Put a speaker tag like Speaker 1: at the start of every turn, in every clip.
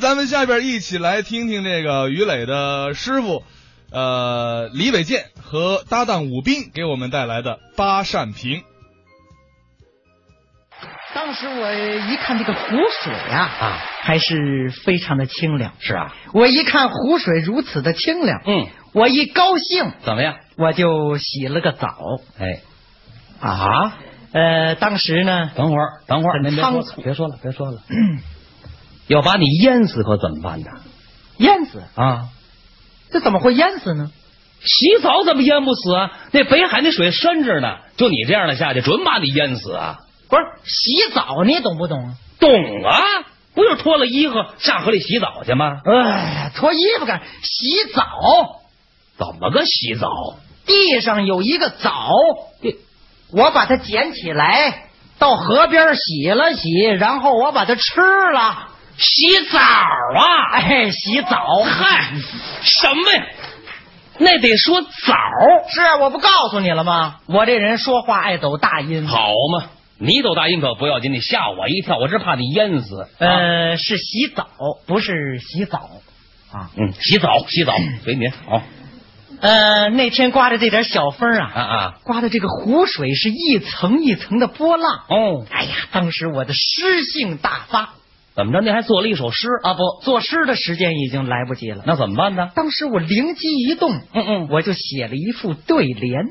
Speaker 1: 咱们下边一起来听听这个于磊的师傅，呃，李伟健和搭档武斌给我们带来的八扇屏。
Speaker 2: 当时我一看这个湖水啊，
Speaker 3: 啊
Speaker 2: 还是非常的清凉。
Speaker 3: 是啊，
Speaker 2: 我一看湖水如此的清凉，
Speaker 3: 嗯，
Speaker 2: 我一高兴，
Speaker 3: 怎么样？
Speaker 2: 我就洗了个澡。
Speaker 3: 哎，
Speaker 2: 啊，呃，当时呢，
Speaker 3: 等会儿，等会儿，
Speaker 2: 很
Speaker 3: 您别说
Speaker 2: 仓
Speaker 3: 了
Speaker 2: 促，
Speaker 3: 别说了，别说了。要把你淹死可怎么办呢？
Speaker 2: 淹死，
Speaker 3: 啊，
Speaker 2: 这怎么会淹死呢？
Speaker 3: 洗澡怎么淹不死啊？那北海那水深着呢，就你这样的下去，准把你淹死啊！
Speaker 2: 不是洗澡，你懂不懂啊？
Speaker 3: 懂啊？不就脱了衣服上河里洗澡去吗？
Speaker 2: 哎，脱衣服干洗澡，
Speaker 3: 怎么个洗澡？
Speaker 2: 地上有一个澡，我把它捡起来，到河边洗了洗，然后我把它吃了。
Speaker 3: 洗澡 啊？
Speaker 2: 哎，洗澡，
Speaker 3: 嗨，什么呀？那得说澡
Speaker 2: 是啊我不告诉你了吗？我这人说话爱走大音。，
Speaker 3: 好嘛？你抖大音可不要紧，你吓我一跳，我是怕你淹死。啊
Speaker 2: 呃，是洗澡，不是洗澡。
Speaker 3: 嗯，洗澡，洗澡，随您。好、
Speaker 2: 呃，那天刮着这点小风啊，
Speaker 3: 啊啊，
Speaker 2: 刮的这个湖水是一层一层的波浪。
Speaker 3: 哦，
Speaker 2: 哎呀，当时我的诗性大发
Speaker 3: 怎么着？您还做了一首诗
Speaker 2: 啊！不，作诗的时间已经来不及了。
Speaker 3: 那怎么办呢？
Speaker 2: 当时我灵机一动，
Speaker 3: 嗯嗯，
Speaker 2: 我就写了一副对联。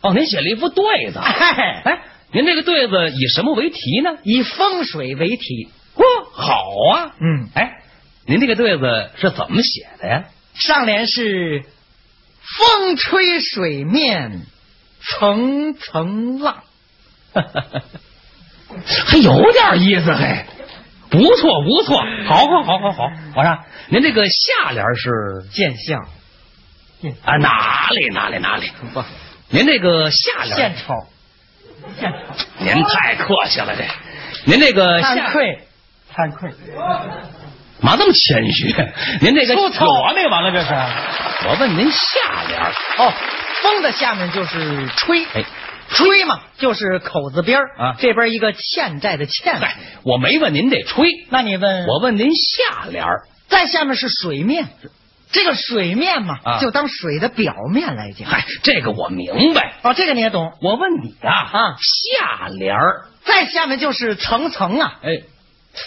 Speaker 3: 哦，您写了一副对子。
Speaker 2: 哎，
Speaker 3: 哎，您这个对子以什么为题呢？
Speaker 2: 以风水为题。
Speaker 3: 嚯，好啊。
Speaker 2: 嗯，
Speaker 3: 哎，您这个对子是怎么写的呀？
Speaker 2: 上联是“风吹水面层层浪
Speaker 3: 还有点意思，嘿，不错不错，好好好好好。皇上，您这个下联是”，
Speaker 2: 见笑
Speaker 3: 啊哪里哪里哪里？
Speaker 2: 不
Speaker 3: 您这个下联
Speaker 2: 献丑，献丑，
Speaker 3: 您太客气了，这您这个呃下
Speaker 2: 惭愧，惭愧，
Speaker 3: 嘛这么谦虚？您这个
Speaker 2: 出丑
Speaker 3: 我没完了，这是？我问您下联儿
Speaker 2: 哦，风的下面就是吹，
Speaker 3: 哎
Speaker 2: 吹嘛就是口字边儿
Speaker 3: 啊
Speaker 2: 这边一个欠债的欠。
Speaker 3: 嗨，我没问您这吹，
Speaker 2: 那你问
Speaker 3: 我问您下联儿
Speaker 2: 再下面是水面，这个水面嘛，
Speaker 3: 啊
Speaker 2: 就当水的表面来讲。
Speaker 3: 嗨，这个我明白。
Speaker 2: 哦，这个你也懂。
Speaker 3: 我问你啊
Speaker 2: 啊
Speaker 3: 下联儿
Speaker 2: 再下面就是层层啊，
Speaker 3: 哎，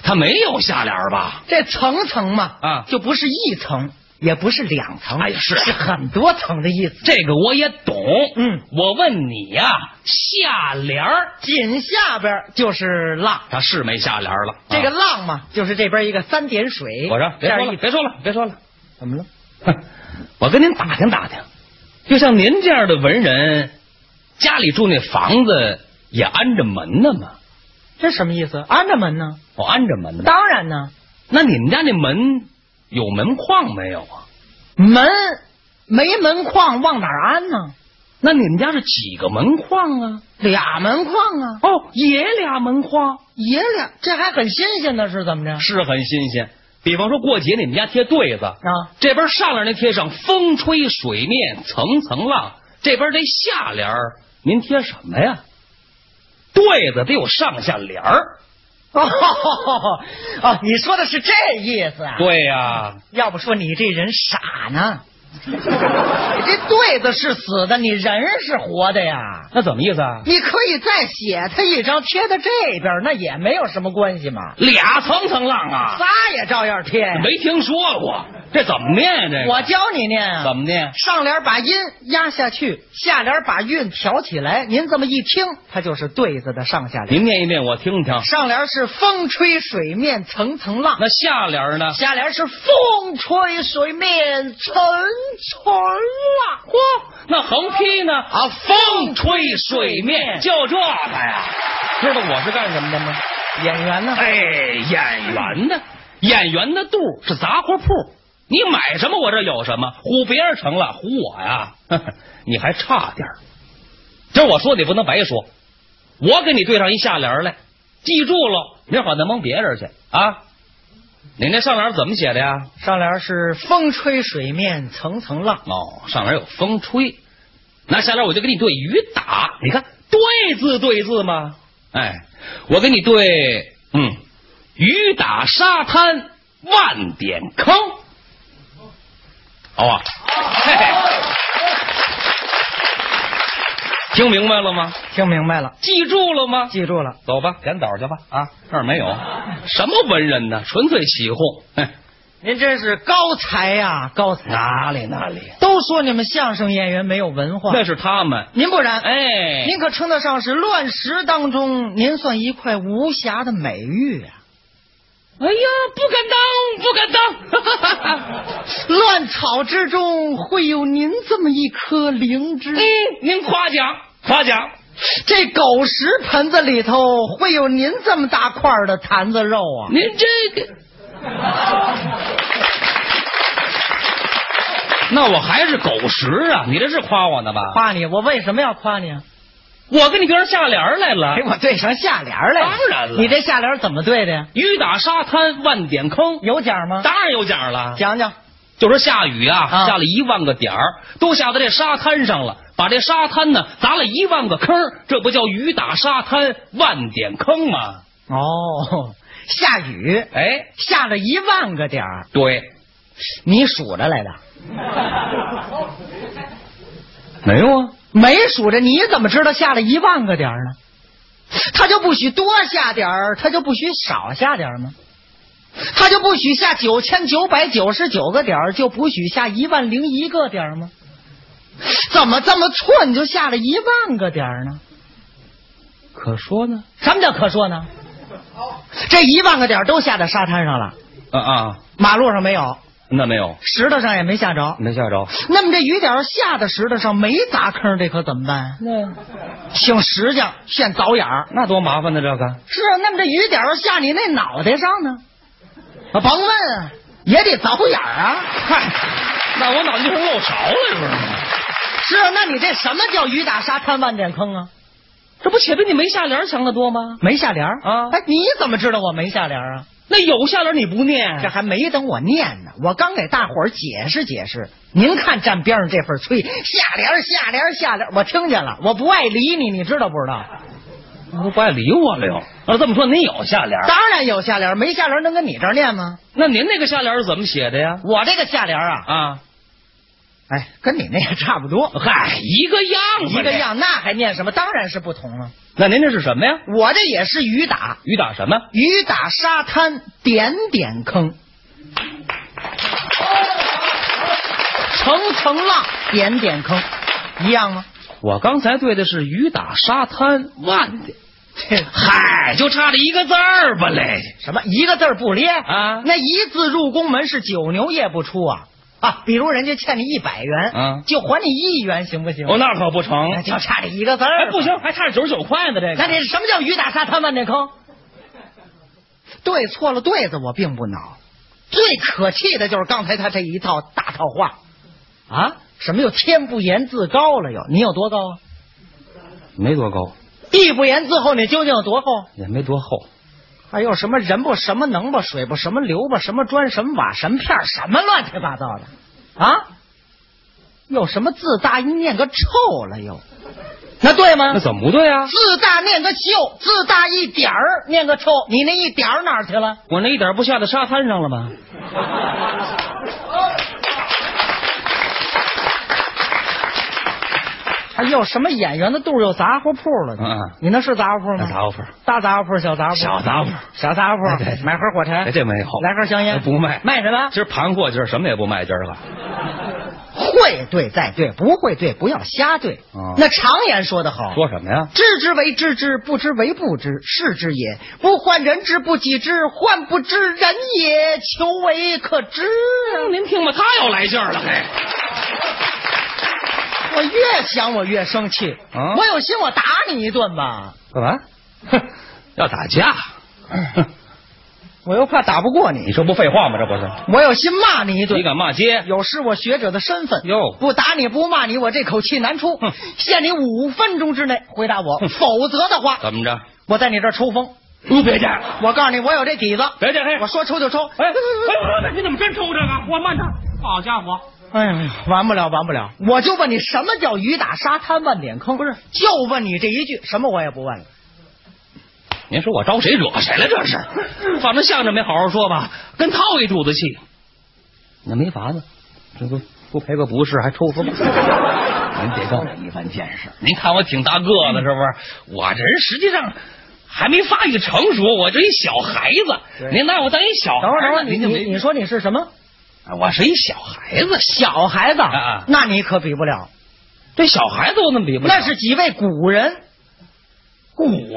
Speaker 3: 他没有下联儿吧？
Speaker 2: 这层层嘛，
Speaker 3: 啊
Speaker 2: 就不是一层，也不是两层，
Speaker 3: 哎呀是
Speaker 2: 是很多层的意思。
Speaker 3: 这个我也懂。
Speaker 2: 嗯，
Speaker 3: 我问你啊呀、下联儿
Speaker 2: 紧下边就是浪，
Speaker 3: 他是没下联儿了。
Speaker 2: 这个
Speaker 3: 啊
Speaker 2: 浪嘛，就是这边一个三点水，
Speaker 3: 我说
Speaker 2: 这
Speaker 3: 别说
Speaker 2: 样
Speaker 3: 了，
Speaker 2: 一
Speaker 3: 别说了，别说了。
Speaker 2: 怎么了？
Speaker 3: 哼，我跟您打听打听，就像您这样的文人，家里住那房子也安着门呢吗？
Speaker 2: 这什么意思？安着门呢？
Speaker 3: 哦，安着门呢。
Speaker 2: 当然呢，
Speaker 3: 那你们家那门有门框没有啊？
Speaker 2: 门没门框往哪儿安呢？
Speaker 3: 那你们家是几个门框啊？
Speaker 2: 俩门框啊，
Speaker 3: 哦，也俩门框，
Speaker 2: 爷俩这还很新鲜呢，是怎么着？
Speaker 3: 是很新鲜。比方说过节，你们家贴对子，
Speaker 2: 啊，
Speaker 3: 这边上联儿您贴上“风吹水面层层浪”，这边这下联儿您贴什么呀？对子得有上下联儿。
Speaker 2: 哦哦，你说的是这意思啊？
Speaker 3: 对呀、
Speaker 2: 要不说你这人傻呢？ 你这对子是死的，你人是活的呀？
Speaker 3: 那怎么意思啊？
Speaker 2: 你可以再写他一张，贴到这边，那也没有什么关系嘛，
Speaker 3: 俩层层浪 啊，
Speaker 2: 仨也照样贴呀。
Speaker 3: 没听说过，这怎么念啊？这个
Speaker 2: 我教你念啊，
Speaker 3: 怎么念？
Speaker 2: 上联把音压下去，下联把韵挑起来。您这么一听，它就是对子的上下联。
Speaker 3: 您念一念，我听听。
Speaker 2: 上联是风吹水面层层浪，
Speaker 3: 那下联儿呢？
Speaker 2: 下联是风吹水面层层浪。
Speaker 3: 嚯，那横批呢？
Speaker 2: 啊
Speaker 3: 风吹水面，就这个呀。知道我是干什么的吗？
Speaker 2: 演员呢？
Speaker 3: 哎，演员的演员的肚儿是杂货铺，你买什么我这有什么，唬别人成了唬我呀？ 你还差点儿。今儿我说你不能白说，我给你对上一下联儿来，记住喽，明儿好再蒙别人去啊！你那上联儿怎么写的呀？
Speaker 2: 上联是风吹水面层层浪，
Speaker 3: 哦，上联有风吹，那下联我就给你对雨打，你看对字对字嘛，哎，我给你对，嗯，雨打沙滩万点坑，好啊！嘿嘿听明白了吗？
Speaker 2: 听明白了，
Speaker 3: 记住了吗？
Speaker 2: 记住了。
Speaker 3: 走吧，赶早去吧啊！这儿没有，什么文人呢？纯粹起哄。嘿
Speaker 2: 您真是高才呀、高才！
Speaker 3: 哪里哪里，
Speaker 2: 都说你们相声演员没有文化，
Speaker 3: 那是他们。
Speaker 2: 您不然，
Speaker 3: 哎，
Speaker 2: 您可称得上是乱石当中，您算一块无瑕的美玉啊！
Speaker 3: 哎呀，不敢当，不敢 当。
Speaker 2: 乱草之中会有您这么一颗灵芝，
Speaker 3: 嗯，您夸奖夸奖，
Speaker 2: 这狗食盆子里头会有您这么大块的坛子肉啊！
Speaker 3: 您这个， 那我还是狗食啊！你这是夸我呢吧？
Speaker 2: 夸你，我为什么要夸你啊？
Speaker 3: 我跟你对上下联儿来了
Speaker 2: 给，我对上下联来了。
Speaker 3: 当然了
Speaker 2: 你这下联怎么对的呀？
Speaker 3: 雨打沙滩万点坑，
Speaker 2: 有奖吗？
Speaker 3: 当然有奖了。
Speaker 2: 讲讲。
Speaker 3: 就说下雨啊，
Speaker 2: 啊
Speaker 3: 下了一万个点儿，都下到这沙滩上了，把这沙滩呢砸了一万个坑儿，这不叫雨打沙滩万点坑吗？
Speaker 2: 哦，下雨
Speaker 3: 哎，
Speaker 2: 下了一万个点儿，
Speaker 3: 对，
Speaker 2: 你数着来的？
Speaker 3: 没有啊，
Speaker 2: 没数着，你怎么知道下了一万个点儿呢？他就不许多下点儿，他就不许少下点儿吗？他就不许下九千九百九十九个点儿，就不许下一万零一个点儿吗？怎么这么寸就下了一万个点儿呢？
Speaker 3: 可说呢，
Speaker 2: 什么叫可说呢？这一万个点儿都下在沙滩上了，
Speaker 3: 啊啊，
Speaker 2: 马路上没有，
Speaker 3: 那没有，
Speaker 2: 石头上也没下着。
Speaker 3: 没吓着，
Speaker 2: 那么这雨点儿下在石头上没砸坑，这可怎么办？啊
Speaker 3: 那
Speaker 2: 请石匠现凿眼儿。
Speaker 3: 那多麻烦呢，这个
Speaker 2: 是啊，那么这雨点儿下你那脑袋上呢？啊，甭问啊，也得凿眼儿啊。
Speaker 3: 嗨，那我脑筋就是漏勺了，是不是？
Speaker 2: 是啊，那你这什么叫雨打沙滩万点坑啊？
Speaker 3: 这不且比你没下联儿强得多吗？
Speaker 2: 没下联儿
Speaker 3: 啊
Speaker 2: 哎，你怎么知道我没下联儿啊？
Speaker 3: 那有下联儿你不念，
Speaker 2: 这还没等我念呢，我刚给大伙儿解释解释。您看站边上这份吹，下联儿下联儿下联儿，我听见了，我不爱理你，你知道不知道？
Speaker 3: 你都不爱理我了又。啊，这么说您有下联儿，
Speaker 2: 当然有下联儿，没下联儿能跟你这儿念吗？
Speaker 3: 那您那个下联儿是怎么写的呀？
Speaker 2: 我这个下联儿啊，
Speaker 3: 啊，
Speaker 2: 哎，跟你那个差不多，
Speaker 3: 嗨，一个样子，
Speaker 2: 一个。样，那还念什么？当然是不同了。
Speaker 3: 那您这是什么呀？
Speaker 2: 我这也是雨打，
Speaker 3: 雨打什么？
Speaker 2: 雨打沙滩点点坑，层层浪点点坑，一样吗？
Speaker 3: 我刚才对的是雨打沙滩万点， 嗨，就差这一个字儿吧嘞。
Speaker 2: 什么一个字儿不咧
Speaker 3: 啊
Speaker 2: 那一字入宫门是九牛也不出啊啊！比如人家欠你一百元，
Speaker 3: 啊
Speaker 2: 就还你一元，行不行？
Speaker 3: 哦，那可不成，
Speaker 2: 那就差这一个字儿、
Speaker 3: 哎，不，行，还差九十九块呢。这
Speaker 2: 那
Speaker 3: 个
Speaker 2: 这什么叫雨打沙滩万年坑？ 对错了对子我并不恼，最可气的就是刚才他这一套大套话啊！什么又天不言自高了又？你有多高啊？
Speaker 3: 没多高，
Speaker 2: 地不言自厚，你究竟有多厚？
Speaker 3: 也没多厚，
Speaker 2: 还有什么人不什么能吧，水不什么流吧，什么砖什么瓦什么片儿什么乱七八糟的啊？有什么自大一念个臭了又？那对吗
Speaker 3: 那？怎么不对啊？
Speaker 2: 自大念个秀，自大一点儿念个臭，你那一点儿哪儿去了？
Speaker 3: 我那一点不下到沙滩上了吗？
Speaker 2: 还有哎什么演员的肚儿有杂货铺了呢？
Speaker 3: 嗯
Speaker 2: 你那是杂货铺吗？
Speaker 3: 杂货铺
Speaker 2: 大杂货铺，小杂货铺，
Speaker 3: 小杂货铺
Speaker 2: 小杂货铺
Speaker 3: 哎对对
Speaker 2: 买盒火柴，
Speaker 3: 哎这没有
Speaker 2: 来盒香烟，
Speaker 3: 哎不卖
Speaker 2: 卖什么？
Speaker 3: 今儿盘过，今儿什么也不卖，今儿了。
Speaker 2: 会对再对，不会对不要瞎对。
Speaker 3: 哦
Speaker 2: 那常言说得好，
Speaker 3: 说什么呀？
Speaker 2: 知之为知之，不知为不知，是知也。不患人之不己知，患不知人也，求为可知啊。
Speaker 3: 您听吧，他要来信儿了，嘿。
Speaker 2: 我越想我越生气，
Speaker 3: 啊
Speaker 2: 我有心我打你一顿吧，
Speaker 3: 干嘛？哼，要打架？
Speaker 2: 我又怕打不过
Speaker 3: 你
Speaker 2: 你，
Speaker 3: 这不废话吗？这不 是？
Speaker 2: 我有心骂你一
Speaker 3: 你
Speaker 2: 顿。
Speaker 3: 敢骂街？
Speaker 2: 有失我学者的身份，
Speaker 3: 哟
Speaker 2: 不打你不骂你，我这口气难出
Speaker 3: 哼。
Speaker 2: 限你五分钟之内回答我，
Speaker 3: 哼
Speaker 2: 否则的话，
Speaker 3: 怎么着？
Speaker 2: 我在你这儿抽风。
Speaker 3: 你别这样，
Speaker 2: 我告诉你，我有这底子，
Speaker 3: 别这样，嘿
Speaker 2: 我说抽就抽。
Speaker 3: 哎哎，你怎么真抽这个？我慢点，好家伙！
Speaker 2: 哎呀，完不了，完不了！我就问你，什么
Speaker 3: 哦
Speaker 2: 叫雨打沙滩万点坑？不是，就问你这一句，什么我也不问了。
Speaker 3: 您说我招谁惹谁了？这是，反正向着没好好说吧，跟掏一肚子气。那没法子，这不不赔个不是还抽风。 您别跟我一般见识，您看我挺大个子是不是？我这人实际上还没发育成熟，我这一小孩子，
Speaker 2: 对
Speaker 3: 您拿我当一小
Speaker 2: 等会
Speaker 3: 孩
Speaker 2: 儿，等会
Speaker 3: 儿
Speaker 2: 儿，
Speaker 3: 呢，
Speaker 2: 你
Speaker 3: 您就没
Speaker 2: 你你说你是什么
Speaker 3: 啊我是一小孩子，
Speaker 2: 小孩子
Speaker 3: 啊啊？
Speaker 2: 那你可比不了，
Speaker 3: 这小孩子我怎么比不上？
Speaker 2: 那是几位古人。
Speaker 3: 古
Speaker 2: 嘿
Speaker 3: 人
Speaker 2: 嘿
Speaker 3: 嗯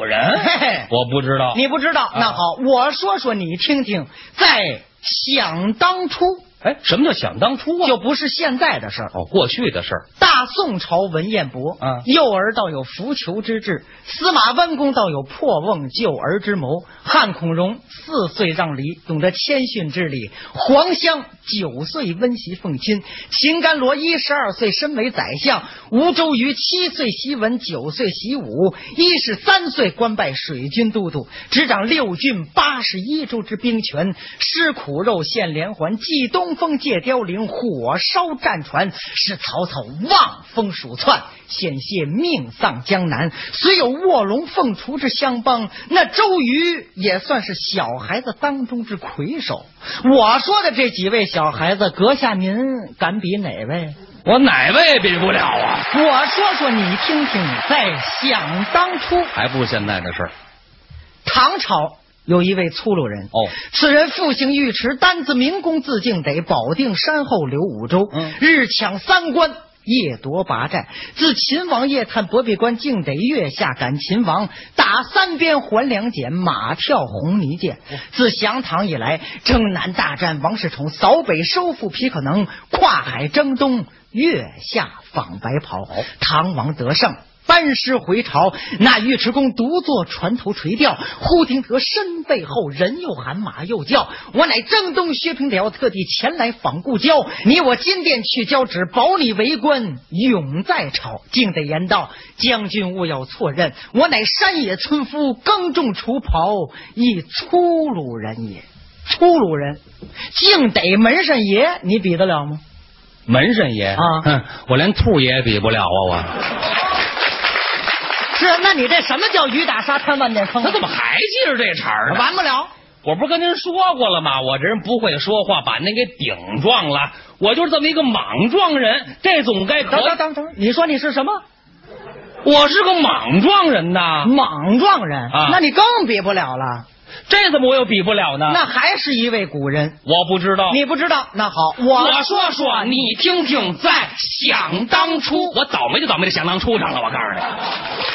Speaker 3: 我啊不知道。
Speaker 2: 你不知道？那好，我说说你听听。在想当初，
Speaker 3: 哎，什么叫想当初啊？
Speaker 2: 就不是现在的事儿。
Speaker 3: 哦，过去的事儿。
Speaker 2: 大宋朝文彦博，
Speaker 3: 嗯
Speaker 2: 幼儿到有扶裘之志；司马温公到有破瓮救儿之谋；汉孔融四岁让梨，懂得谦逊之礼；黄香九岁温习奉亲；秦甘罗一十二岁身为宰相；吴周瑜七岁习文，九岁习武；一十三岁官拜水军都督，执掌六郡八十一州之兵权，吃苦肉，献连环，祭东风，借凋零，火烧战船，使曹操望风鼠窜，险些命丧江南。虽有卧龙凤雏之相帮，那周瑜也算是小孩子当中之魁首。我说的这几位小孩子，阁下您敢比哪位？
Speaker 3: 我哪位也比不了啊？
Speaker 2: 我说说你听听，在想当初。
Speaker 3: 还不是现在的事儿。
Speaker 2: 唐朝有一位粗鲁人，
Speaker 3: 哦
Speaker 2: 此人复姓尉迟，单字明公，字敬得，保定山后刘五州，
Speaker 3: 嗯
Speaker 2: 日抢三关。夜夺八寨，自秦王夜探薄壁关，竟得月下赶秦王，打三鞭还两锏，马跳红泥涧。
Speaker 3: 哦
Speaker 2: 自降唐以来，征南大战王世充，扫北收复皮可能，跨海征东，月下访白袍。唐王得胜，班师回朝，那尉迟恭独坐船头垂钓，忽听得身背后人又喊马又叫，我乃征东薛平辽，特地前来访故交。你我金殿去交旨，保你为官，永在朝。竟得言道：将军勿要错认，我乃山野村夫，耕种锄刨，一粗鲁人也。粗鲁人，竟得门神爷，你比得了吗？
Speaker 3: 门神爷
Speaker 2: 啊
Speaker 3: 哼，我连兔爷也比不了啊！我
Speaker 2: 是，那你这什么叫雨打沙滩万点风啊？
Speaker 3: 他怎么还记着这茬儿呢？
Speaker 2: 完不了？
Speaker 3: 我不是跟您说过了吗？我这人不会说话，把您给顶撞了。我就是这么一个莽撞人，这总该可
Speaker 2: 等等
Speaker 3: 以。
Speaker 2: 等等，你说你是什么
Speaker 3: 我是个莽撞人呐，
Speaker 2: 莽撞人？
Speaker 3: 啊
Speaker 2: 那你更比不了了。
Speaker 3: 这怎么我又比不了呢？
Speaker 2: 那还是一位古人，
Speaker 3: 我不知道。
Speaker 2: 你不知道？那好，
Speaker 3: 哦我
Speaker 2: 我
Speaker 3: 说说，你听听，在想当初，我倒霉就倒霉在想当初上了。我告诉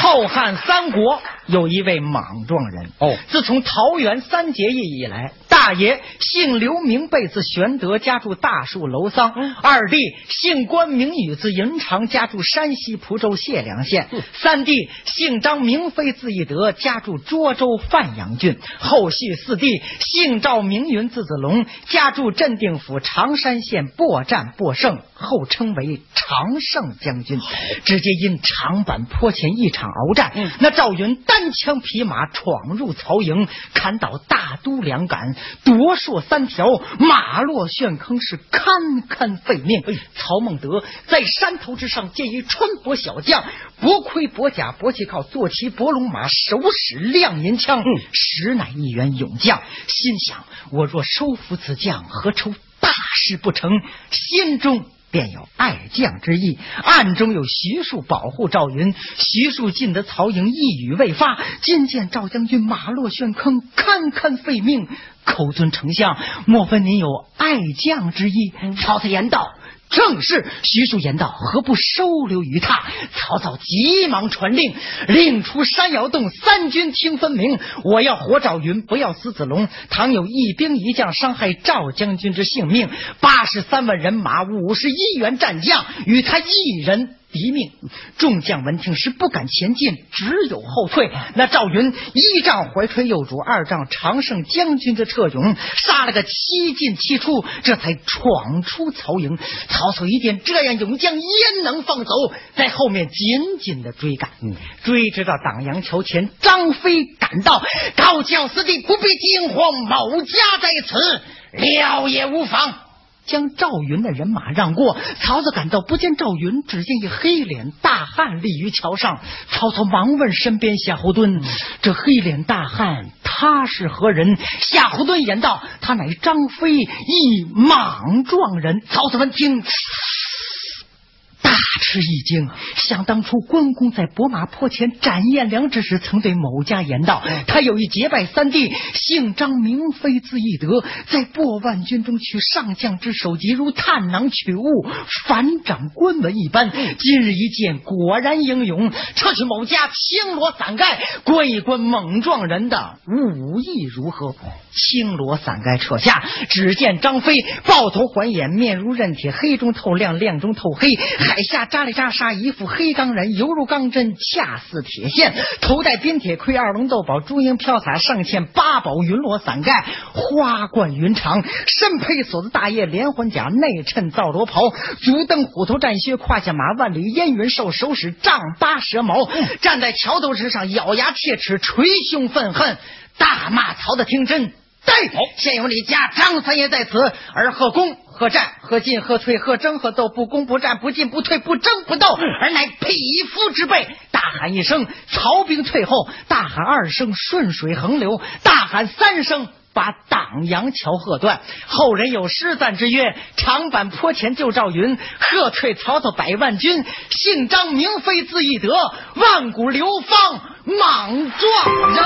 Speaker 2: 后汉三国有一位莽撞人。
Speaker 3: 哦
Speaker 2: 自从桃园三结义以来，大爷姓刘名备，字玄德，家住大树楼桑；二弟姓关名羽，字银长，家住山西蒲州解良县；三弟姓张名飞，字翼德，家住涿州范阳郡；后续四弟姓赵名云，字子龙，家住镇定府常山县破战破胜，后称为常胜将军。直接因长坂坡前一场鏖战，那赵云单枪匹马闯入曹营，砍倒大都两杆，夺槊三条，马落陷坑，是堪堪废命。曹孟德在山头之上见一穿薄小将，薄盔薄甲薄气靠，坐骑薄龙马，手使亮银枪，实乃一员勇将。心想：我若收服此将，何愁大事不成？心中。便有爱将之意，暗中有徐庶保护赵云。徐庶进得曹营，一语未发，今见赵将军马落陷坑，堪堪废命。口尊丞相，莫非您有爱将之意？曹操嗯言道。正是徐庶言道：“何不收留于他？”曹操急忙传令，令出山摇洞，三军听分明。我要活赵云，不要死子龙。倘有一兵一将伤害赵将军之性命，八十三万人马，五十一员战将，与他一人敌命。众将闻听是不敢前进，只有后退。那赵云一仗怀揣右主，二仗常胜将军之撤勇，杀了个七进七出，这才闯出曹营。曹操一见这样勇将，焉能放走？在后面紧紧的追赶，追直到党阳桥前，张飞赶到，高叫四弟不必惊慌，某家在此，料也无妨。将赵云的人马让过。曹操赶到，不见赵云，只见一黑脸大汉立于桥上。曹操忙问身边夏侯惇：“这黑脸大汉他是何人？”夏侯惇言道：“他乃张飞，一莽撞人。”曹操闻听。大吃一惊。啊想当初，关公在博马坡前斩颜良之时，曾对某家言道：“他有一结拜三弟，姓张，名飞，字翼德，在破万军中取上将之首级，如探囊取物，反掌官文一般。今日一见，果然英勇。撤去某家青罗伞盖，观一观猛撞人的武艺如何？”青罗伞盖扯下，只见张飞抱头还眼，面如刃铁，黑中透亮，亮中透黑，海下扎里扎沙，一副黑钢人，犹如钢针，恰似铁线，头戴边铁盔，二龙斗宝，珠缨飘洒，上嵌八宝云罗伞盖，花冠云长，身披锁子大叶连环甲，内衬皂罗袍，足蹬虎头战靴，胯下马万里烟云兽，手使丈八蛇矛，站在桥头之上，咬牙切齿，捶胸愤恨，大骂曹的听真。对，现有李家张三爷在此，而贺公、贺战、贺进、贺退、贺争、贺斗不攻不战、不进不退、不争不斗，而乃匹夫之辈。大喊一声，曹兵退后；大喊二声，顺水横流；大喊三声。把党阳桥喝断，后人有诗赞之曰：“长坂坡前救赵云，喝退曹操百万军。姓张，名飞，字翼德，万古流芳，莽撞人。”